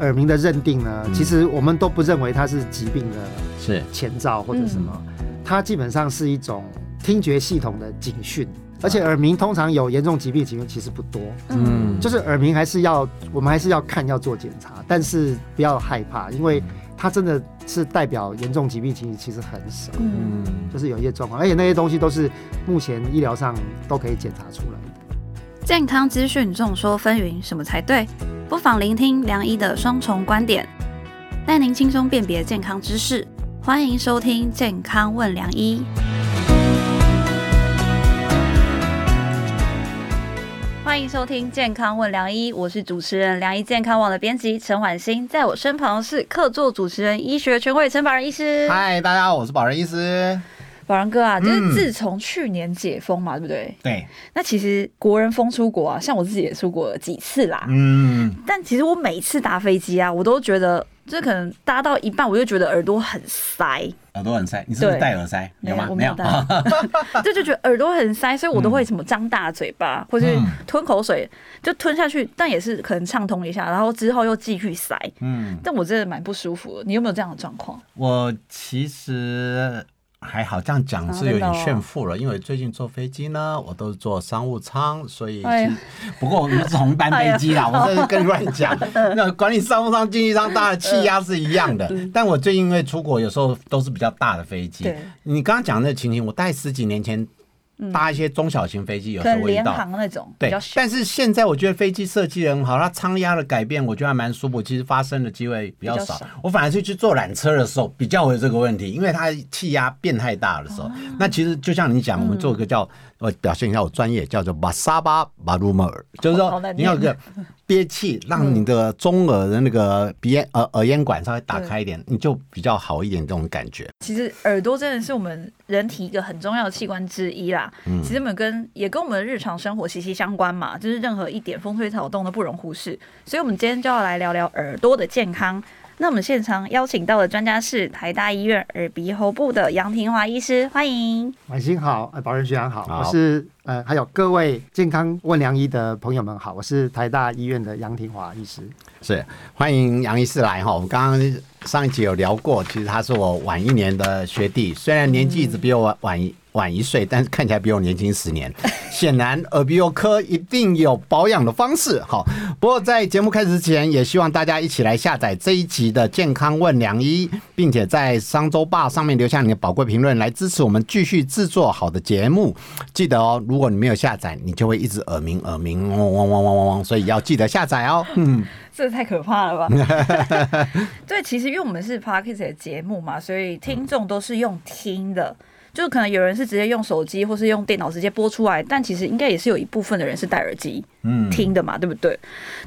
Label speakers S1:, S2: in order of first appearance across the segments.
S1: 耳鸣的认定呢，其实我们都不认为它是疾病的
S2: 是
S1: 前兆或者什么，它基本上是一种听觉系统的警讯。而且耳鸣通常有严重疾病的情况其实不多，
S2: 嗯，
S1: 就是耳鸣还是要我们还是要看要做检查，但是不要害怕，因为它真的是代表严重疾病情形其实很少，
S3: 嗯，
S2: 嗯
S1: 就是有一些状况，而且那些东西都是目前医疗上都可以检查出来的。
S3: 健康资讯众说纷纭，什么才对？不妨聆听梁医的双重观点，带您轻松辨别健康知识。欢迎收听《健康问梁医》。欢迎收听《健康问良医》，我是主持人良医健康网的编辑陈婉欣，在我身旁是客座主持人、医学权威陈宝仁医师。
S4: 嗨，大家好，我是保仁医师。
S3: 宝仁哥啊，就是
S4: 嗯
S3: 自从去年解封嘛，对不对？
S4: 对，
S3: 那其实国人封出国啊，像我自己也出国了几次啦。
S4: 嗯，
S3: 但其实我每一次搭飞机啊，我都觉得，就可能搭到一半，我就觉得耳朵很塞，
S4: 耳朵很塞，你是不
S3: 对
S4: 是戴耳塞？有吗？
S3: 我
S4: 没有。
S3: 搭，就就觉得呃耳朵很塞，所以我都会什么张大嘴巴，或是
S4: 嗯
S3: 吞口水，就吞下去，但也是可能畅通一下，然后之后又继续塞。
S4: 嗯，
S3: 但我真的蛮不舒服的，你有没有这样的状况？
S4: 我其实还好，这样讲是有点炫富了，因为最近坐飞机呢，我都是坐商务舱，所以
S3: 哎呀
S4: 其不过我们是红班飞机 啦，我真是跟你乱讲。那管理商务舱、经济舱，大家的气压是一样的。但我最近因为出国，有时候都是比较大的飞机
S3: 嗯对。嗯
S4: 你刚刚讲的那个情形，我大概十几年前搭一些中小型飞机，有
S3: 可
S4: 时候呃
S3: 能
S4: 会遇
S3: 联
S4: 到。
S3: 航那种比
S4: 对
S3: 较，小，
S4: 但是现在我觉得飞机设计得很好，它舱压的改变，我觉得还蛮舒服。其实发生的机会比较
S3: 比较
S4: 少，
S3: 少
S4: 我反而是去坐缆车的时候比较会有这个问题，因为它气压变太大的时
S3: 啊
S4: 候。那其实就像你讲，我们做一个叫、我表现一下我专业，叫做巴沙巴巴鲁莫尔，就是
S3: 好
S4: 说
S3: 难念
S4: 你要有一个憋气，让你的中耳的那个鼻咽呃耳耳咽管稍微打开一点，你就比较好一点这种感觉。
S3: 其实耳朵真的是我们人体一个很重要的器官之一啦。
S4: 嗯
S3: 其实我们跟也跟我们的日常生活息息相关嘛，就是任何一点风吹草动都不容忽视。所以，我们今天就要来聊聊耳朵的健康。那我们现场邀请到的专家是台大医院耳鼻喉部的杨廷华医师，欢迎。
S1: 晚星好，呃，保仁学长好，
S4: 好
S1: 我是呃，还有各位健康问良医的朋友们好，我是台大医院的杨廷华医师。
S4: 是，欢迎杨医师来哈。我们刚刚上一集有聊过，其实他是我晚一年的学弟，虽然年纪一直比我晚晚一晚一岁，但是看起来比我年轻十年。显然耳鼻喉科一定有保养的方式。好，不过在节目开始之前，也希望大家一起来下载这一集的《健康问良医》，并且在商周吧上面留下你的宝贵评论，来支持我们继续制作好的节目。记得哦，如果你没有下载，你就会一直耳鸣耳鸣，嗡嗡嗡嗡嗡嗡，所以要记得下载哦。嗯。
S3: 这太可怕了吧？ 对，其实因为我们是 p o d c a s t 的节目嘛，所以听众都是用听的。就可能有人是直接用手机或是用电脑直接播出来，但其实应该也是有一部分的人是戴耳机，
S4: 嗯
S3: 听的嘛，对不对？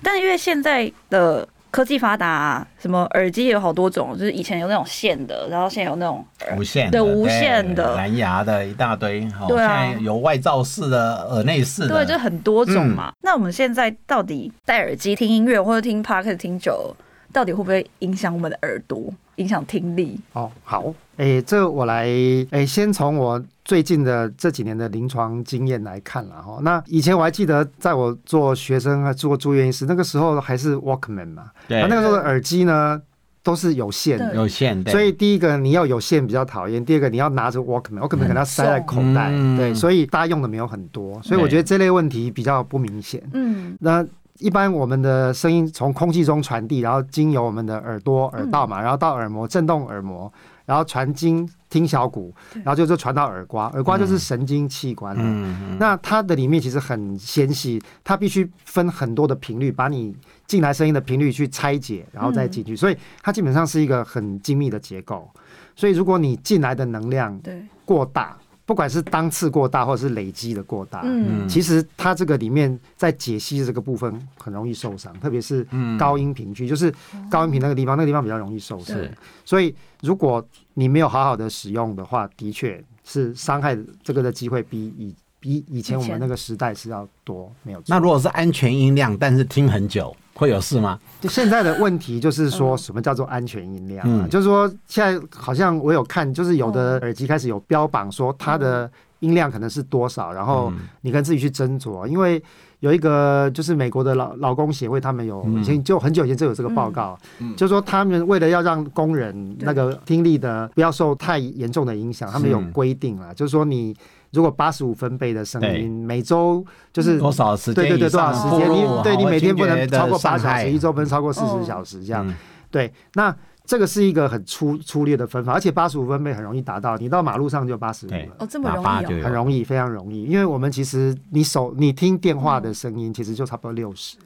S3: 但因为现在的科技发达、啊，什么耳机也有好多种，就是以前有那种线的，然后现在有那种
S4: 无线
S3: 对
S4: 的
S3: 无线的
S4: 蓝牙的一大堆，好
S3: 对啊
S4: 现在有外罩式的、耳内式的，嗯
S3: 对，就很多种嘛。那我们现在到底戴耳机听音乐或者听 p o c a s t 听久了，到底会不会影响我们的耳朵，影响听力？
S1: 哦，好，诶、这我来，诶、先从我最近的这几年的临床经验来看了哈。那以前我还记得，在我做学生还做住院医师，那个时候还是 Walkman 嘛，
S4: 对
S1: 那那个时候的耳机呢都是有线的
S3: 对，
S4: 啊有线，对
S1: 所以第一个你要有线比较讨厌，第二个你要拿着 Walkman，Walkman 可能要塞在口袋，
S4: 嗯
S1: 对，所以大家用的没有很多，所以我觉得这类问题比较不明显。
S3: 嗯，
S1: 那一般我们的声音从空气中传递，然后经由我们的耳朵、耳道
S4: 嗯
S1: 嘛，然后到耳膜震动耳膜，然后传经听小骨，然后就就传到耳瓜，耳瓜就是神经器官了。
S4: 嗯，
S1: 那它的里面其实很纤细，它必须分很多的频率，把你进来声音的频率去拆解，然后再进去，所以它基本上是一个很精密的结构。所以如果你进来的能量
S3: 对，
S1: 过大，不管是当次过大，或者是累积的过大，
S3: 嗯，
S4: 嗯
S1: 其实它这个里面在解析这个部分很容易受
S4: 嗯
S1: 伤，特别是高音频区，就是高音频那个地方，那个地方比较容易受伤。
S4: 是
S1: 所以如果你没有好好的使用的话，的确是伤害这个的机会比以比以前我
S3: 以
S1: 们
S3: 前
S1: 那个时代是要多，没有错。
S4: 那如果是安全音量，但是听很久，会有事吗？
S1: 就现在的问题就是说什么叫做安全音量啊？
S4: 嗯
S1: 就是说现在好像我有看，就是有的耳机开始有标榜说它的音量可能是多少，然后你跟自己去斟酌。因为有一个就是美国的劳劳工协会，他们有以前就很久以前就有这个报告，就是说他们为了要让工人那个听力的不要受太严重的影响，他们有规定啊，就是说你。如果八十五分贝的声
S4: 对
S1: 音，每周就是
S4: 多少时间
S1: 对对对，
S4: 以
S1: 多少
S4: 上啊
S1: 时
S4: 暴
S1: 间？
S4: 露
S1: 你对你每天不能超过八
S4: 我觉得伤
S1: 小
S4: 害
S1: 时，一周不能超过四
S3: 哦
S1: 十小时这样。
S4: 嗯
S1: 对，那这个是一个很粗粗略的分法，而且八十五分贝很容易达到，你到马路上就八十五
S4: 对
S1: 了。
S3: 哦这么容
S4: 喇
S3: 易哦
S4: 叭就有
S1: 很容易，非常容易，因为我们其实你手你听电话的声
S4: 嗯
S1: 音，其实就差不多六十、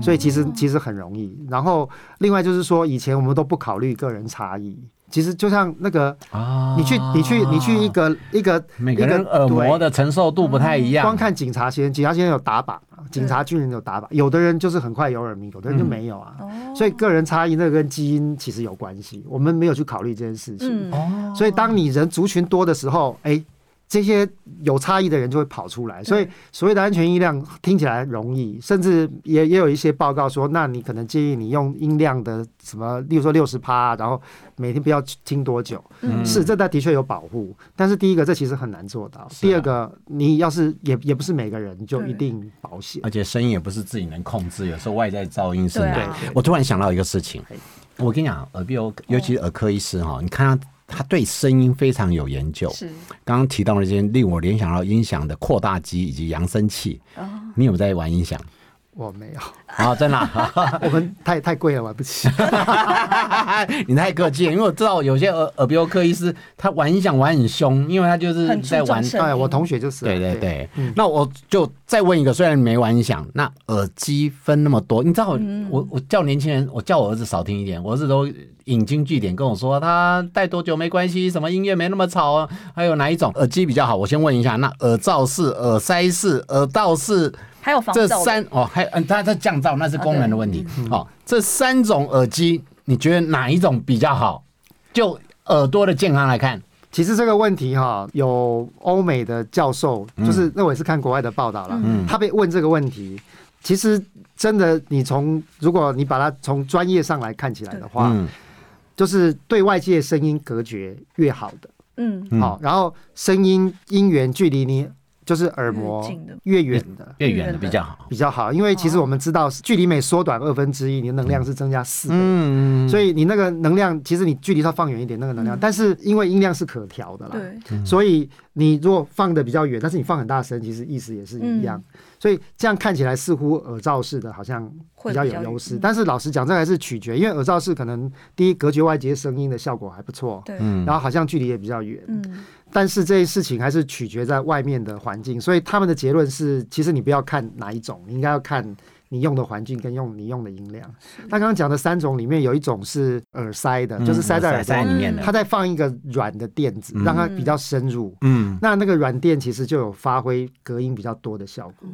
S1: 所以其实其实很容易。然后另外就是说，以前我们都不考虑个人差异，其实就像那个
S4: 啊
S1: 你去你去你去一个一个
S4: 每个人
S1: 一个
S4: 耳膜
S1: 对
S4: 的承受度不太一样，
S1: 光看警察先，警察先生有打靶嘛，警察军人有打靶，有的人就是很快有耳鸣，有的
S4: 嗯
S1: 人就没有啊。
S3: 哦
S1: 所以个人差异那个跟基因其实有关系，我们没有去考虑这件事情。
S3: 嗯
S4: 哦，
S1: 所以当你人族群多的时候，哎、这些有差异的人就会跑出来。所以所谓的安全音量听起来容易，甚至也也有一些报告说，那你可能建议你用音量的什么，例如说六十趴，然后每天不要听多久。
S3: 嗯
S1: 是，这代的确有保护，但是第一个，这其实很难做到；第二个，你要是也也不是每个人就一定保险
S4: 而。且声音也不是自己能控制，有时候外在噪音是
S3: 对啊
S4: 难
S3: 对。
S4: 我突然想到一个事情
S1: 嘿，
S4: 我跟你讲，耳鼻喉，尤其是耳科医师哦哈，你看他他对声音非常有研究。
S3: 是
S4: 刚刚提到那些令我联想到音响的扩大机以及扬声器，
S3: 哦，
S4: 你有没有在玩 音响？
S1: 我没有，
S4: 啊，真的啊，
S1: 我们太太贵了，玩不起。
S4: 你太客气了，因为我知道有些耳耳鼻喉科医师他玩音响玩很凶，因为他就是
S3: 很注
S4: 在玩
S3: 重声
S1: 哎，
S3: 音
S1: 我同学就是啊。
S4: 对对对，
S1: 嗯
S4: 那我就再问一个，虽然没玩音响，那耳机分那么多，你知道我、我我叫年轻人，我叫我儿子少听一点，我儿子都引经据典跟我说，他戴多久没关系，什么音乐没那么吵啊，还有哪一种耳机比较好？我先问一下，那耳罩式、耳塞式、耳道式
S3: 还有防
S4: 这
S3: 噪的
S4: 三哦，还嗯，它它降噪那是功能的问题、哦，这三种耳机，你觉得哪一种比较好？就耳朵的健康来看，
S1: 其实这个问题哈，有欧美的教授，
S4: 嗯
S1: 就是那我也是看国外的报道了，他被问这个问题，其实真的，你从如果你把它从专业上来看起来的话，
S4: 嗯，
S1: 就是对外界声音隔绝越好的。
S3: 嗯
S4: 嗯
S1: 好、然后声音音源距离你就是耳
S3: 越
S1: 膜
S3: 嗯近的
S1: 越远的
S4: 越远的比较好，
S1: 比较好，因为其实我们知道距离每缩短二分之一，你的能量是增加四倍。
S4: 嗯
S1: 所以你那个能量，其实你距离它放远一点，那个能量，
S3: 嗯
S1: 但是因为音量是可调的啦，
S3: 对
S4: 嗯
S1: 所以你如果放的比较远，但是你放很大声，其实意思也是一样。
S4: 嗯
S1: 所以这样看起来似乎耳罩式的好像比较有优势，
S3: 会比较有
S1: 但是老实讲，这还是取决，因为耳罩式可能第一隔绝外界声音的效果还不错，
S3: 对
S4: 嗯
S1: 然后好像距离也比较远，
S3: 嗯
S1: 但是这些事情还是取决在外面的环境，所以他们的结论是，其实你不要看哪一种，你应该要看你用的环境跟用你用的音量。他刚刚讲的三种里面有一种是耳塞的，就是塞在耳朵
S4: 塞里面的，
S1: 它再放一个软的垫子，让它比较深入。
S4: 嗯
S1: 那那个软垫其实就有发挥隔音比较多的效果，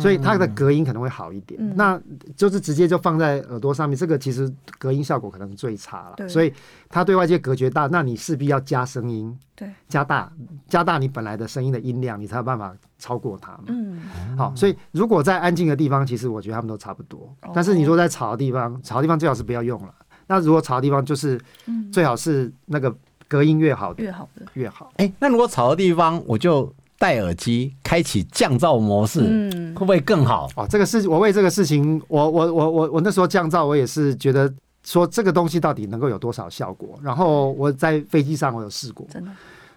S1: 所以它的隔音可能会好一点。
S3: 嗯
S1: 那就是直接就放在耳朵上面，这个其实隔音效果可能最差
S3: 对
S1: 了。所以它对外界隔绝大，那你势必要加声音，
S3: 对
S1: 加大加大你本来的声音的音量，你才有办法超过它嘛。
S3: 嗯
S1: 好，所以如果在安静的地方，其实我觉得他们都差不多
S3: 哦。
S1: 但是你说在吵的地方，吵的地方最好是不要用了。那如果吵的地方，就是
S3: 嗯
S1: 最好是那个隔音越好的
S3: 越好的
S1: 越好。
S4: 哎、那如果吵的地方，我就戴耳机，开启降噪模式，
S3: 嗯
S4: 会不会更好？
S1: 哦，这个事我为这个事情，我我我我我那时候降噪，我也是觉得说这个东西到底能够有多少效果。然后我在飞机上我有试过，
S3: 真的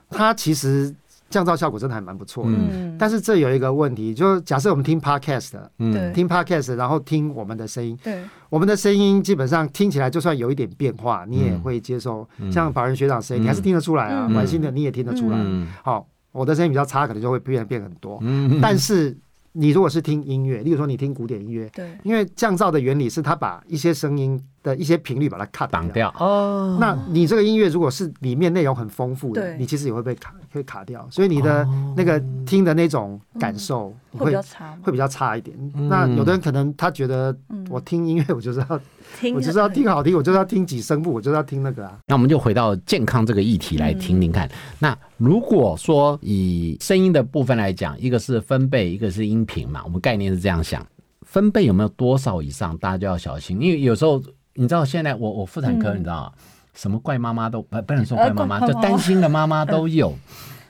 S1: 它其实降噪效果真的还蛮不错的。
S3: 嗯
S1: 但是这有一个问题，就是假设我们听 podcast，的
S4: 嗯
S3: 对
S1: 听 podcast，然后听我们的声音，
S3: 对
S1: 我们的声音基本上听起来就算有一点变化，你也会接受。像保仁学长声音，你还是听得出来啊，
S3: 嗯
S1: 婉欣的你也听得出来。
S4: 嗯
S1: 好，我的声音比较差，可能就会变变很多。
S4: 嗯
S1: 但是你如果是听音乐，例如说你听古典音乐，
S3: 对
S1: 因为降噪的原理是它把一些声音的一些频率把它 cut
S4: 绑。掉哦，
S1: 那你这个音乐如果是里面内容很丰富的，
S3: 对
S1: 你其实也会被卡，会卡掉，所以你的
S4: 哦
S1: 那个听的那种感受你
S3: 会比
S1: 会
S3: 较差吗？
S1: 会比较差一点。
S4: 嗯
S1: 那有的人可能他觉得我听音乐我就是要
S3: 听
S1: 我就是要听好听，我就是要听几声部，我就是要听那个啊。
S4: 那我们就回到健康这个议题来听听看。那如果说以声音的部分来讲，一个是分贝，一个是音频嘛，我们概念是这样想。分贝有没有多少以上，大家就要小心，因为有时候你知道现在我我妇产科，你知道吗嗯啊什么怪妈妈都不不能说怪妈妈，
S3: 呃怪
S4: 就
S3: 怪妈妈
S4: 担心的妈妈都有。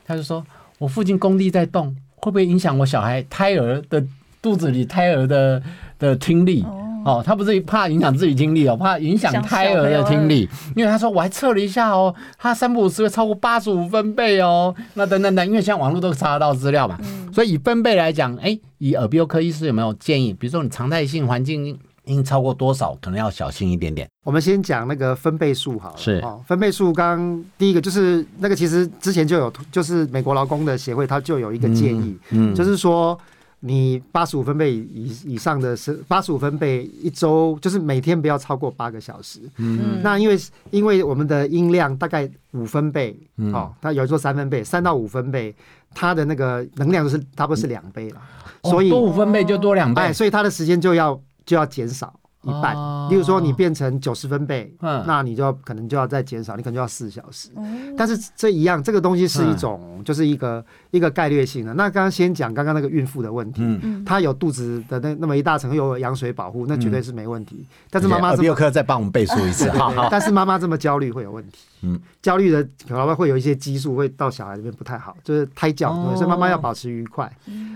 S4: 她就说
S2: 我附近工地在动，会不会影响我小孩胎儿的肚子里胎儿的的听力？哦，他不是怕影响自己听力哦，怕影响胎儿的听力，
S1: 哦
S2: 因为他说我还测了一下哦，他三不五时会超过八十五分贝哦，那等等等，因为现在网络都查得到资料
S1: 嗯
S3: 嗯
S2: 嘛，所以以分贝来讲，哎，以耳鼻喉科医师有没有建议？比如说你常态性环境音超过多少，可能要小心一点点。
S1: 我们先讲那个分贝数好了，
S2: 是
S1: 哦，分贝数刚刚第一个就是那个，其实之前就有，就是美国劳工的协会，它就有一个建议，
S4: 嗯
S1: 就是说你八十五分贝以以上的是八十五分贝一周，就是每天不要超过八个小时。
S3: 嗯
S1: 那因为因为我们的音量大概五分贝，
S2: 嗯
S1: 哦，它有时候三分贝，三到五分贝，它的那个能量就是差不多是两倍了，所以
S2: 哦多五分贝就多两倍，
S1: 哎，所以它的时间就要就要减少一半。
S2: 哦
S1: 例如说，你变成九十分贝，
S2: 嗯
S1: 那你就要可能就要再减少，你可能就要四小时。
S3: 哦
S1: 但是这一样，这个东西是一
S4: 嗯
S1: 种，就是一个一个概率性的。那刚刚先讲刚刚那个孕妇的问题，
S4: 嗯
S1: 她有肚子的那那么一大层，又有羊水保护，那绝对是没问题。但是妈妈
S4: 耳
S1: 这
S4: 鼻喉
S1: 么，
S4: 科再帮我们背书一次，好好。
S1: 但是妈妈这么焦虑会有问题。
S4: 嗯
S1: 焦虑的可能会有一些激素会到小孩这边不太好，就是胎教，
S2: 哦
S1: 对所以妈妈要保持愉快。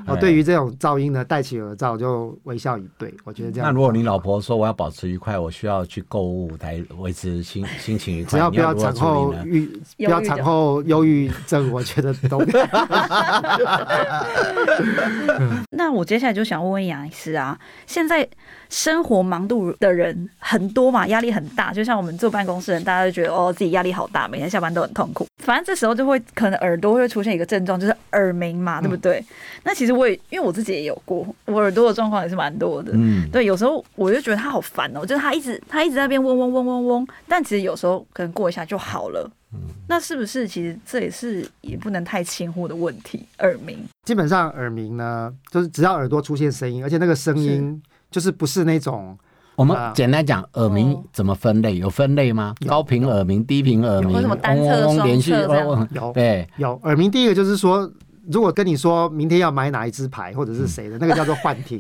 S1: 哦，
S4: 哎
S1: 对于这种噪音呢，戴起耳罩就微笑以对。我觉得这样
S4: 那如果你老婆说我要保持愉快，我需要去购物来维持心心情愉快，
S1: 只要
S4: 你
S1: 不要
S4: 如何
S1: 产
S4: 处理
S1: 后呃
S4: 呢
S1: 郁，不要产后忧郁症，我觉得都
S3: 那我接下来就想问问杨医师啊，现在生活忙碌的人很多嘛，压力很大，就像我们坐办公室的人，大家就觉得哦自己压力好大，每天下班都很痛苦。反正这时候就会可能耳朵会出现一个症状，就是耳鸣嘛，对不对？那其实我也因为我自己也有过，我耳朵的状况也是蛮多的。
S4: 嗯，
S3: 对，有时候我就觉得他好烦哦，就是他一直他一直在那边嗡嗡嗡嗡嗡，但其实有时候可能过一下就好了。那是不是其实这也是也不能太轻忽的问题？耳鸣，
S1: 基本上耳鸣呢，就是只要耳朵出现声音，而且那个声音就是不是那种
S2: 我们
S1: 啊
S2: 简单讲，耳鸣怎么分类？有分类吗？高频耳鸣、低频耳鸣，
S3: 有
S2: 嗡
S3: 什么单侧
S2: 嗡嗡
S3: 双
S2: 连续
S3: 侧这样
S2: 嗡嗡
S1: 有
S2: 对，
S1: 有耳鸣。第一个就是说，如果跟你说明天要买哪一支牌或者是谁的，那个叫做幻听，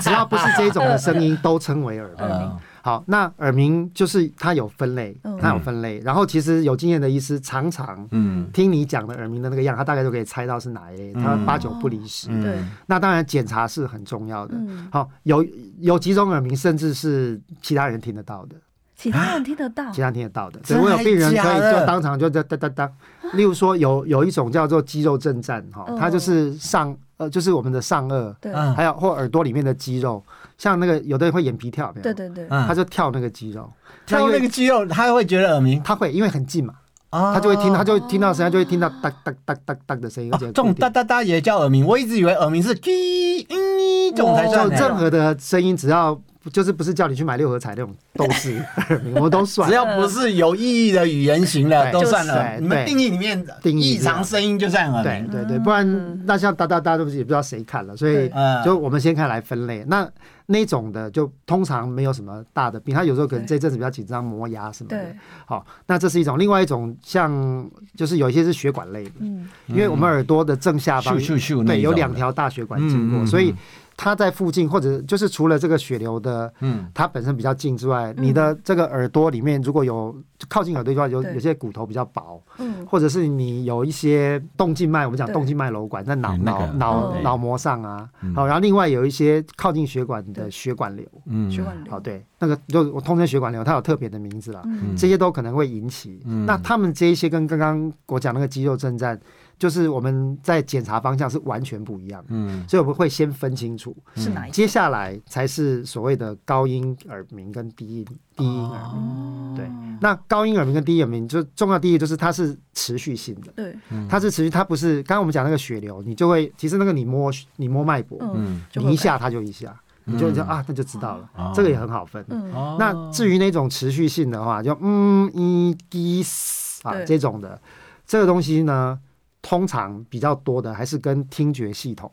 S1: 只要不是这种的声音都称为耳鸣。
S2: 嗯
S1: 好，那耳鸣就是它有分类
S3: 嗯，
S1: 它有分类。然后其实有经验的医师常常
S4: 嗯
S1: 听你讲的耳鸣的那个样，他大概就可以猜到是哪一类，他八九不离
S4: 嗯
S1: 十。
S3: 对，
S2: 嗯
S1: 那当然检查是很重要的。
S3: 嗯，
S1: 好，有有几种耳鸣，甚至是其他人听得到的，
S3: 其他人听得到
S1: 其他人听得到的。
S4: 真
S1: 对我有
S4: 还
S1: 病人可
S4: 假
S1: 以
S4: 的
S1: 就当场就哒哒哒哒。例如说有有一种叫做肌肉震颤哈
S3: 哦，
S1: 它就是上呃就是我们的上颚，
S3: 对
S2: 嗯
S1: 还有或耳朵里面的肌肉，像那个有的人会眼皮跳，有没有
S3: 对，对
S4: 啊
S3: 对，
S1: 他
S2: 嗯，
S1: 就跳那个肌肉，
S4: 跳那个肌肉，他会觉得耳鸣，哦
S1: 他会因为很近嘛，
S4: 他
S1: 他就会听，他就会听到声音，他就会听到哒哒哒哒哒的声音，而且
S4: 这种
S1: 固定
S4: 哒哒哒也叫耳鸣，我一直以为耳鸣是滴嗯这种才
S1: 就
S4: 叫
S1: 任何的声音，只要就是不是叫你去买六合彩那种，都是耳鸣，我们都算
S4: 只。要不是有意义的语言型的
S1: 对
S4: 都算
S1: 就
S4: 了。
S1: 是
S4: 你们
S1: 对
S4: 定义里面
S1: 定义
S4: 异
S1: 是这样
S4: 常声音就算耳
S1: 对
S4: 鸣，
S1: 对对，不然那像哒哒哒，对不起，也不知道谁看了，所以
S3: 对
S4: 嗯
S1: 就我们先看来分类。那那种的就通常没有什么大的病，他有时候可能这阵子比较紧张，磨牙什么的
S3: 对。
S1: 好，那这是一种，另外一种像就是有一些是血管类的，
S3: 嗯，
S1: 因为我们耳朵的正下方
S4: 咻咻咻那一
S1: 对
S4: 种
S1: 有两
S4: 的
S1: 条大血管经
S4: 嗯嗯
S1: 过，
S4: 嗯
S1: 所以它在附近或者就是除了这个血流的
S4: 嗯
S1: 它本身比较近之外，你的这个耳朵里面如果有靠近耳朵的话，有
S3: 嗯对
S1: 有些骨头比较薄，
S3: 嗯，
S1: 或者是你有一些动静脉，我们讲
S3: 对
S1: 动静脉瘘管在脑
S4: 嗯那
S1: 脑
S4: 个
S1: 脑
S3: 嗯
S1: 脑膜上啊
S4: 嗯，
S1: 好，然后另外有一些靠近血管的血管瘤，
S4: 嗯
S3: 血管瘤
S1: 好，，对，那个就我通称血管瘤，它有特别的名字啦，
S3: 嗯
S1: 这些都可能会引起。
S4: 嗯
S1: 那他们这一些跟刚刚我讲那个肌肉震颤，就是我们在检查方向是完全不一样的，
S4: 嗯
S1: 所以我们会先分清楚。
S3: 是哪一
S1: 接下来才是所谓的高音耳鸣跟低
S3: 哦
S1: 音低音耳鸣。对，那高音耳鸣跟低音耳鸣，就重要第一就是它是持续性的，
S3: 对，
S4: 嗯
S1: 它是持续，它不是刚刚我们讲那个血流，你就会其实那个你摸你摸脉搏，
S3: 嗯，就会
S1: 你一下它就一下，你
S4: 嗯
S1: 就就啊那就知道了，
S4: 哦
S1: 这个也很好分。
S3: 嗯
S2: 哦
S1: 那至于那种持续性的话，就嗯一滴嘶啊
S3: 对
S1: 这种的，这个东西呢，通常比较多的还是跟听觉系统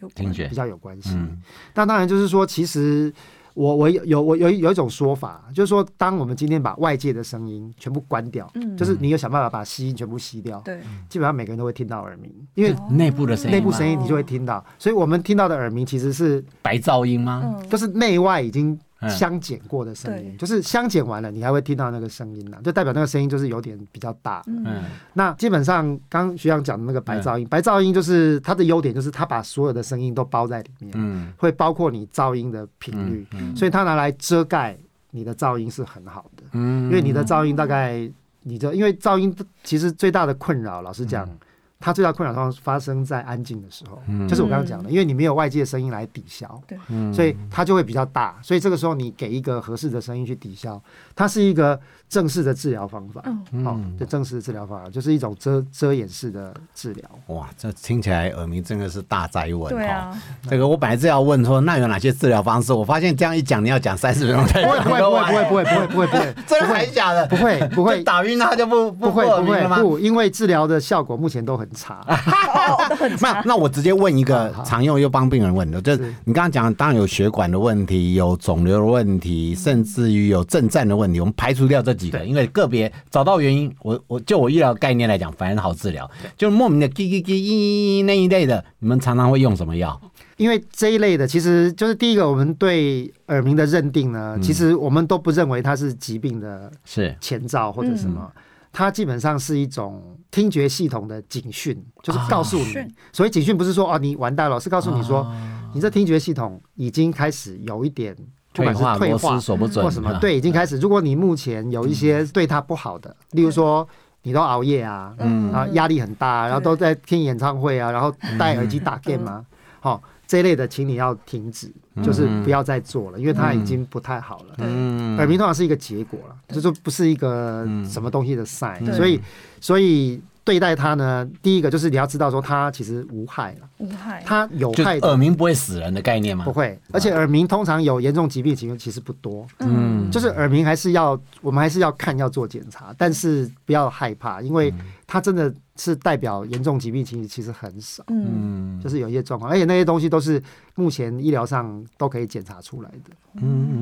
S3: 有关
S4: 听觉
S1: 比，较有关系。
S4: 嗯
S1: 那当然就是说，其实我我有有我有有一种说法，就是说，当我们今天把外界的声音全部关掉，
S3: 嗯
S1: 就是你有想办法把吸音全部吸掉，
S3: 对，哦
S1: 基本上每个人都会听到耳鸣，因为
S2: 内部的声音吗，
S1: 内部声音你就会听到，所以我们听到的耳鸣其实是
S2: 白噪音吗？
S3: 嗯，
S1: 就是内外已经
S4: 嗯
S1: 相减过的声音，
S3: 对
S1: 就是相减完了，你还会听到那个声音呢、就代表那个声音就是有点比较大。
S2: 嗯
S1: 那基本上刚刚徐阳讲的那个白
S4: 嗯
S1: 噪音，白噪音就是它的优点就是它把所有的声音都包在里面，
S4: 嗯
S1: 会包括你噪音的频率，所以它拿来遮盖你的噪音是很好的，
S4: 嗯
S1: 因为你的噪音大概你的因为噪音其实最大的困扰，老实讲。
S4: 嗯
S1: 它最大困扰通常是发生在安静的时候，就是我刚刚讲的，因为你没有外界声音来抵消，
S3: 对
S4: 嗯
S1: 所以它就会比较大。所以这个时候你给一个合适的声音去抵消，它是一个正式的治疗方法。
S3: 嗯
S1: 好、哦，这正式的治疗法就是一种遮遮掩式的治疗。
S4: 哇，这听起来耳鸣真的是大灾问
S3: 对
S4: 哈。
S3: 啊，
S4: 这个我本来是要问说，那有哪些治疗方式？我发现这样一讲，你要讲三十分钟才
S1: 不会不会
S4: 讲
S1: 不
S4: 完
S1: 哎会不会不会不会不会
S4: 真的还是假的？
S1: 不会 不
S4: 就
S1: 会
S4: 打晕他就不
S1: 不会
S4: 耳
S1: 不
S4: 鸣了吗
S1: 会？不，因为治疗的效果目前都很差。
S3: 哦，都很
S4: 没有
S3: 差，，
S4: 那我直接问一个常用又帮病人问的，就是
S1: 是
S4: 你刚刚讲，当然有血管的问题，有肿瘤的问题，甚至于有震颤的问题，我们排除掉这几个，因为个别找到原因，我我就我医疗概念来讲，反而好治疗，就是莫名的叽叽叽嘤嘤嘤那一类的，你们常常会用什么药？
S1: 因为这一类的，其实就是第一个，我们对耳鸣的认定呢，其实我们都不认为它是疾病的
S4: 是
S1: 前兆或者什么，它基本上是一种听觉系统的警讯，就是告诉你。
S3: 是
S1: 所以警讯不是说哦你完蛋了，是告诉你说、你这听觉系统已经开始有一点，不
S4: 退
S1: 管是
S4: 化、
S1: 退
S4: 螺
S1: 化
S4: 丝锁不准嗯
S1: 或什么，对，已经开始。如果你目前有一些对它不好的，例如说你都熬夜啊，
S3: 嗯
S1: 啊，压力很大啊，然后都在听演唱会啊，然后戴耳机打 game 啊，好、这一类的，请你要停止，
S4: 嗯
S1: 就是不要再做了，因为它已经不太好了。
S3: 对，
S4: 嗯
S1: 耳鸣通常是一个结果了，这就不是一个什么东西的 sign，、所以所以对待它呢，第一个就是你要知道说它其实无害了，
S3: 嗯无害，
S1: 它有
S4: 就
S1: 害
S4: 耳
S1: 的
S4: 鸣不会死人的概念吗
S1: 不？会，而且耳鸣通常有严重疾病的情况其实不多，
S3: 嗯，
S1: 就是耳鸣还是要我们还是要看要做检查，但是不要害怕，因为它真的是代表严重疾病情形其实很少，
S3: 嗯，
S4: 嗯
S1: 就是有一些状况，而且那些东西都是目前医疗上都可以检查出来的。
S4: 嗯嗯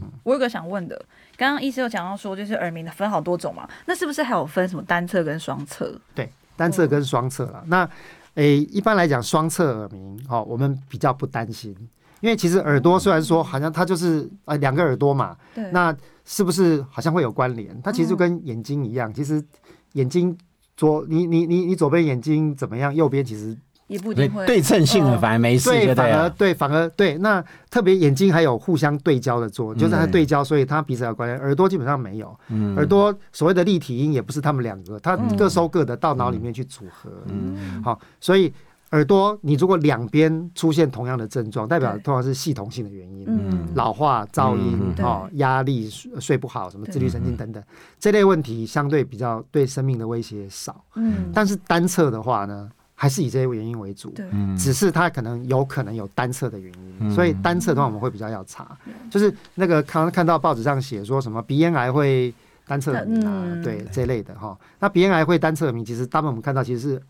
S4: 嗯，
S3: 我有个想问的，刚刚医师有讲到说，就是耳鸣的分好多种嘛，那是不是还有分什么单侧跟双侧？
S1: 对，单侧跟双侧啦。那诶、一般来讲，双侧耳鸣哦，我们比较不担心，因为其实耳朵虽然说好像它就是呃两个耳朵嘛，
S3: 对，
S1: 那是不是好像会有关联？它其实就跟眼睛一样，其实眼睛左你你你你左边眼睛怎么样，右边其实
S3: 也不一
S4: 对
S3: 定会
S4: 对称性的
S3: 嗯
S4: 反而没事，
S1: 对
S4: 就
S1: 反而
S4: 了。
S1: 对反而对。那特别眼睛还有互相对焦的作用，就是它
S4: 嗯
S1: 对焦，所以它彼此有关联。耳朵基本上没有，
S4: 嗯
S1: 耳朵所谓的立体音也不是他们两个，它各收各的到脑里面去组合。
S3: 嗯
S1: 好，所以耳朵你如果两边出现同样的症状，代表
S3: 对
S1: 通常是系统性的原因，
S3: 嗯
S1: 老化、噪音
S4: 嗯、
S3: 嗯
S1: 哦、压力、睡睡不好、什么
S3: 对
S1: 自律神经等等这类问题，相对比较对生命的威胁少。
S3: 嗯，
S1: 但是单侧的话呢，还是以这些原因为主。
S3: 对，
S4: 嗯
S1: 只是它可能有可能有单侧的原因，所以单侧的话我们会比较要查，就是那个刚刚看到报纸上写说什么鼻咽癌会单侧耳鸣啊
S3: 嗯，
S1: 对这类的哈。那鼻咽癌会单侧耳鸣，其实大部分我们看到其实是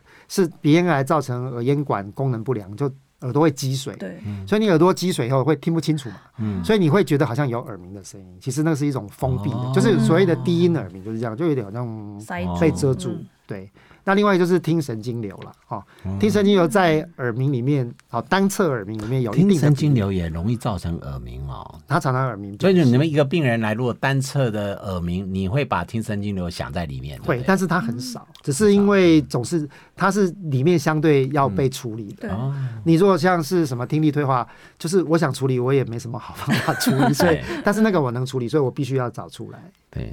S1: 是鼻咽癌造成耳咽管功能不良，就耳朵会积水，
S3: 对，
S1: 所以你耳朵积水以后会听不清楚嘛，
S4: 嗯
S1: 所以你会觉得好像有耳鸣的声音，其实那是一种封闭
S4: 哦
S1: 的，就是所谓的低音耳鸣就是这样，就有点好像
S3: 塞
S4: 哦
S3: 住，
S1: 被遮住。
S3: 嗯
S1: 对，那另外就是听神经瘤了哦，听神经瘤在耳鸣里面，哦，单侧耳鸣里面有一定
S4: 听
S1: 的
S4: 神经
S1: 比例，
S4: 瘤也容易造成耳鸣哦。
S1: 它常常耳鸣比较
S4: 所
S1: 小，
S4: 以你们一个病人来，如果单侧的耳鸣，你会把听神经瘤想在里面，对
S1: 会
S4: 不，对
S1: 但是它很少，
S3: 嗯
S1: 只是因为总是它是里面相对要被处理的。
S3: 对，
S4: 哦，
S1: 你如果像是什么听力退化，就是我想处理，我也没什么好方法处理， 所以
S4: 对
S1: 但是那个我能处理，所以我必须要找出来。
S4: 对，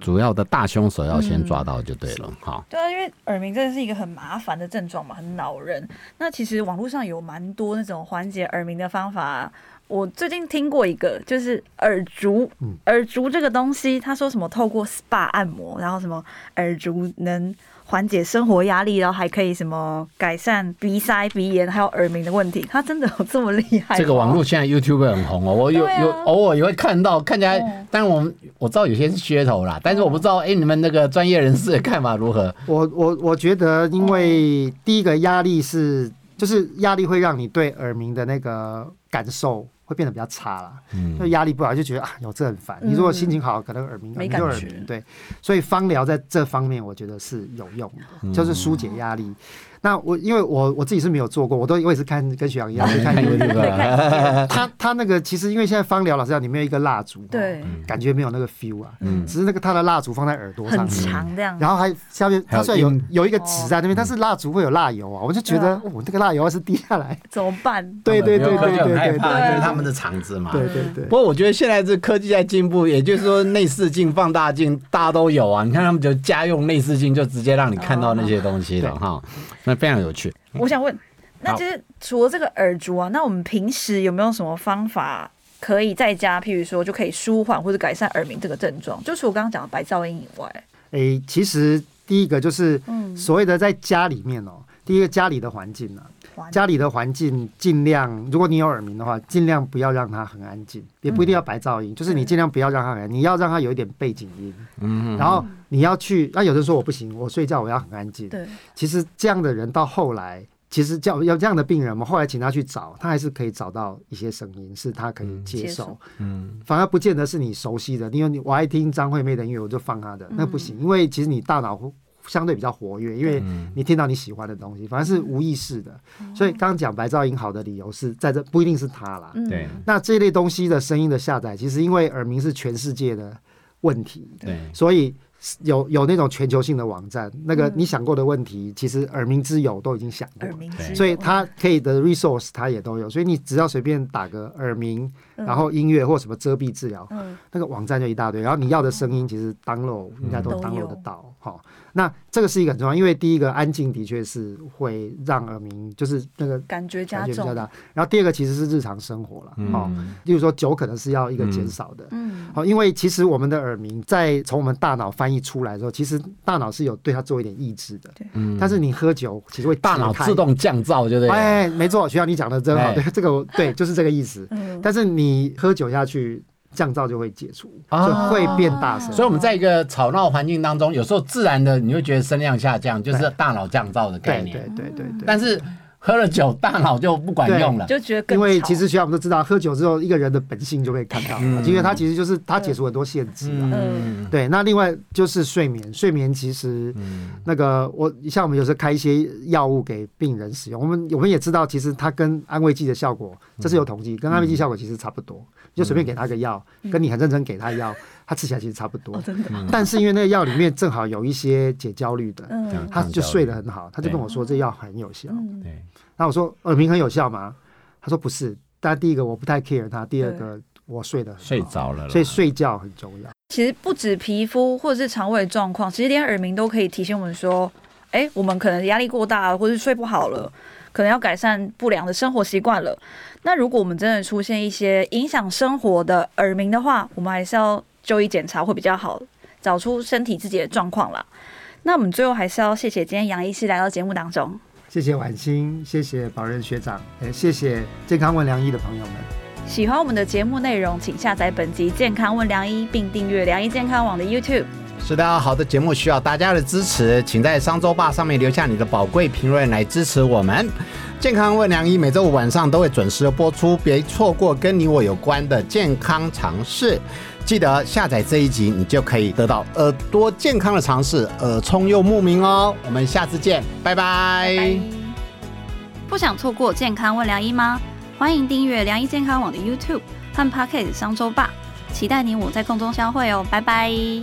S4: 主要的大凶手要先抓到就对了。
S1: 嗯
S4: 好，
S3: 对啊，因为耳鸣真的是一个很麻烦的症状嘛，很恼人。那其实网络上有蛮多那种缓解耳鸣的方法、我最近听过一个，就是耳烛。
S4: 嗯
S3: 耳烛这个东西，他说什么透过 SPA 按摩，然后什么耳烛能缓解生活压力，然后还可以什么改善鼻塞、鼻炎还有耳鸣的问题。它真的有这么厉害吗？
S4: 这个网络现在 YouTube 很红哦，我有、
S3: 对啊
S4: 有偶尔也会看到，看起来
S1: 哦
S3: 嗯，
S4: 但我们我知道有些是噱头啦，但是我不知
S1: 嗯
S4: 道，哎、你们那个专业人士的看法如何？
S1: 我我我觉得，因为第一个压力是，就是压力会让你对耳鸣的那个感受会变得比较差啦。
S4: 嗯
S1: 就压力不好就觉得啊，有这很烦。你如果心情好，可能耳鸣
S3: 嗯没
S1: 耳鸣就
S3: 感
S1: 耳
S3: 觉
S4: 嗯
S1: 鸣，对。所以芳疗在这方面我觉得是有用的，就是疏解压力。那我因为我我自己是没有做过，我都我也是看跟徐阳一 样是看 YouTube。他他那个其实因为现在芳疗老师讲你没有一个蜡烛，
S3: 对，
S4: 嗯
S1: 感觉没有那个 feel 啊，只是那个他的蜡烛放在耳朵上
S3: 很
S1: 面，
S3: 长这样。
S1: 然后还下面
S4: 还有
S1: 它虽然有
S4: 印
S1: 有一个纸在那边，但是蜡烛会有蜡油啊，我就觉
S3: 对
S1: 得
S3: 啊
S1: 哦，这个蜡油要是滴下来，
S3: 怎么办？
S1: 对对对
S2: 游客
S1: 对
S2: 就很
S1: 对
S2: 害
S1: 对
S2: 怕
S1: 对
S4: 就是他们的场子嘛。
S1: 对对对
S2: 不
S1: 对，
S2: 过我觉得现在这科技在进步，也就是说内视镜、放大镜大家都有啊。你看他们就家用内视镜，就直接让你看到那些东西了
S1: 哦
S2: 哈、那非常有趣。
S3: 我想
S4: 嗯
S3: 问，那就是除了这个耳烛啊，那我们平时有没有什么方法可以在家，譬如说就可以舒缓或者改善耳鸣这个症状？就除我刚刚讲的白噪音以外，
S1: 诶，其实第一个就是
S3: 嗯
S1: 所谓的在家里面哦，第一个家里的环境啊，
S3: 哇
S1: 家里的环境尽量，如果你有耳鸣的话，尽量不要让它很安静，也不一定要白噪音，就是你尽量不要让它很安静，你要让它有一点背景音，
S4: 嗯，
S1: 然后你要去，啊那有的人说我不行，我睡觉我要很安静，
S3: 对，
S1: 其实这样的人到后来，其实叫有这样的病人，我们后来请他去找，他还是可以找到一些声音是他可以接
S3: 接
S1: 受，
S3: 受
S4: 嗯，
S1: 反而不见得是你熟悉的。因为你我爱听张惠妹的音乐，我就放她的，那不行，因为其实你大脑会相对比较活跃，因为你听到你喜欢的东西，反而是无意识的。所以刚刚讲白噪音好的理由是在这，不一定是他啦。
S3: 嗯，
S4: 对
S1: 那这类东西的声音的下载，其实因为耳鸣是全世界的问题，
S4: 对，
S1: 所以有有那种全球性的网站，那个你想过的问题，其实耳鸣之友都已经想过
S3: 耳
S1: 了，
S3: 鸣
S4: 对
S3: 之友，
S1: 所以它可以的 resource 它也都有，所以你只要随便打个耳鸣，然后音乐或什么遮蔽治疗，
S3: 嗯
S1: 那个网站就一大堆，然后你要的声音其实 download
S2: 嗯
S1: 应该都
S3: 都有
S1: download 得到，好，那这个是一个很重要，因为第一个安静的确是会让耳鸣就是那个
S3: 感觉
S1: 感
S3: 加
S1: 觉比较
S3: 重，
S1: 大，然后第二个其实是日常生活了，
S2: 嗯
S1: 哦，例如说酒可能是要一个减少的，
S3: 嗯，
S1: 好，因为其实我们的耳鸣在从我们大脑翻译出来的时候，其实大脑是有对它做一点抑制的。
S3: 对
S1: 但是你喝酒其实会
S2: 嗯大脑
S1: 解开
S2: 自。动降噪，对不对？
S1: 嗯
S2: 啊
S1: 哎，没错，学校你讲的真好，
S2: 哎
S1: 对 这个我对，就是这个意思。
S3: 嗯
S1: 但是你喝酒下去，降噪就会解除，
S2: 啊
S1: 就会变大声。
S2: 所以我们在一个吵闹环境当中，有时候自然的你会觉得声量下降，就是大脑降噪的概
S1: 对
S2: 念。
S1: 对对对对。
S2: 但是喝了酒，大脑就不管用了。
S3: 就觉得更
S1: 因为
S3: 吵
S1: 其实学校我们都知道，喝酒之后一个人的本性就被看到
S2: 嗯
S1: 了，因为他其实就是他解除很多限制啊。
S3: 嗯
S1: 对，那另外就是睡眠，睡眠其实
S2: 嗯
S1: 那个我像我们有时候开一些药物给病人使用，我们我们也知道，其实它跟安慰剂的效果，
S3: 嗯
S1: 这是有统计，跟安慰剂效果其实差不多，就随便给他个药，跟你很认真给他药，他吃起来其实差不多
S3: 嗯哦，。真
S4: 嗯
S3: 的，
S2: 嗯
S1: 但是因为那个药里面正好有一些解焦虑的，
S3: 嗯
S1: 他就睡得很好，他就跟我说这药很有效。
S3: 嗯
S4: 对，
S1: 那我说耳鸣很有效吗？他说不是，但第一个我不太 care 他，第二个我睡得很好
S2: 睡，着了啦，
S1: 所以睡觉很重要。
S3: 其实不止皮肤或者是肠胃状况，其实连耳鸣都可以提醒我们说，哎，我们可能压力过大了，或是睡不好了，可能要改善不良的生活习惯了。那如果我们真的出现一些影响生活的耳鸣的话，我们还是要就医检查会比较好，找出身体自己的状况啦。那我们最后还是要谢谢今天杨医师来到节目当中，
S1: 谢谢婉欣，谢谢宝仁学长，也谢谢健康问良医的朋友们。
S3: 喜欢我们的节目内容，请下载本集《健康问良医》，并订阅良医健康网的 YouTube。
S4: 是的，好的节目需要大家的支持，请在商周吧上面留下你的宝贵评论来支持我们。健康问良医每周五晚上都会准时的播出，别错过跟你我有关的健康常识。记得下载这一集，你就可以得到耳朵健康的常识，耳聪又目明哦。我们下次见，拜拜。
S3: 不想错过健康问良医吗？欢迎订阅良医健康网的 YouTube 和 Pocket 商周吧，期待你我在空中相会哦，拜拜。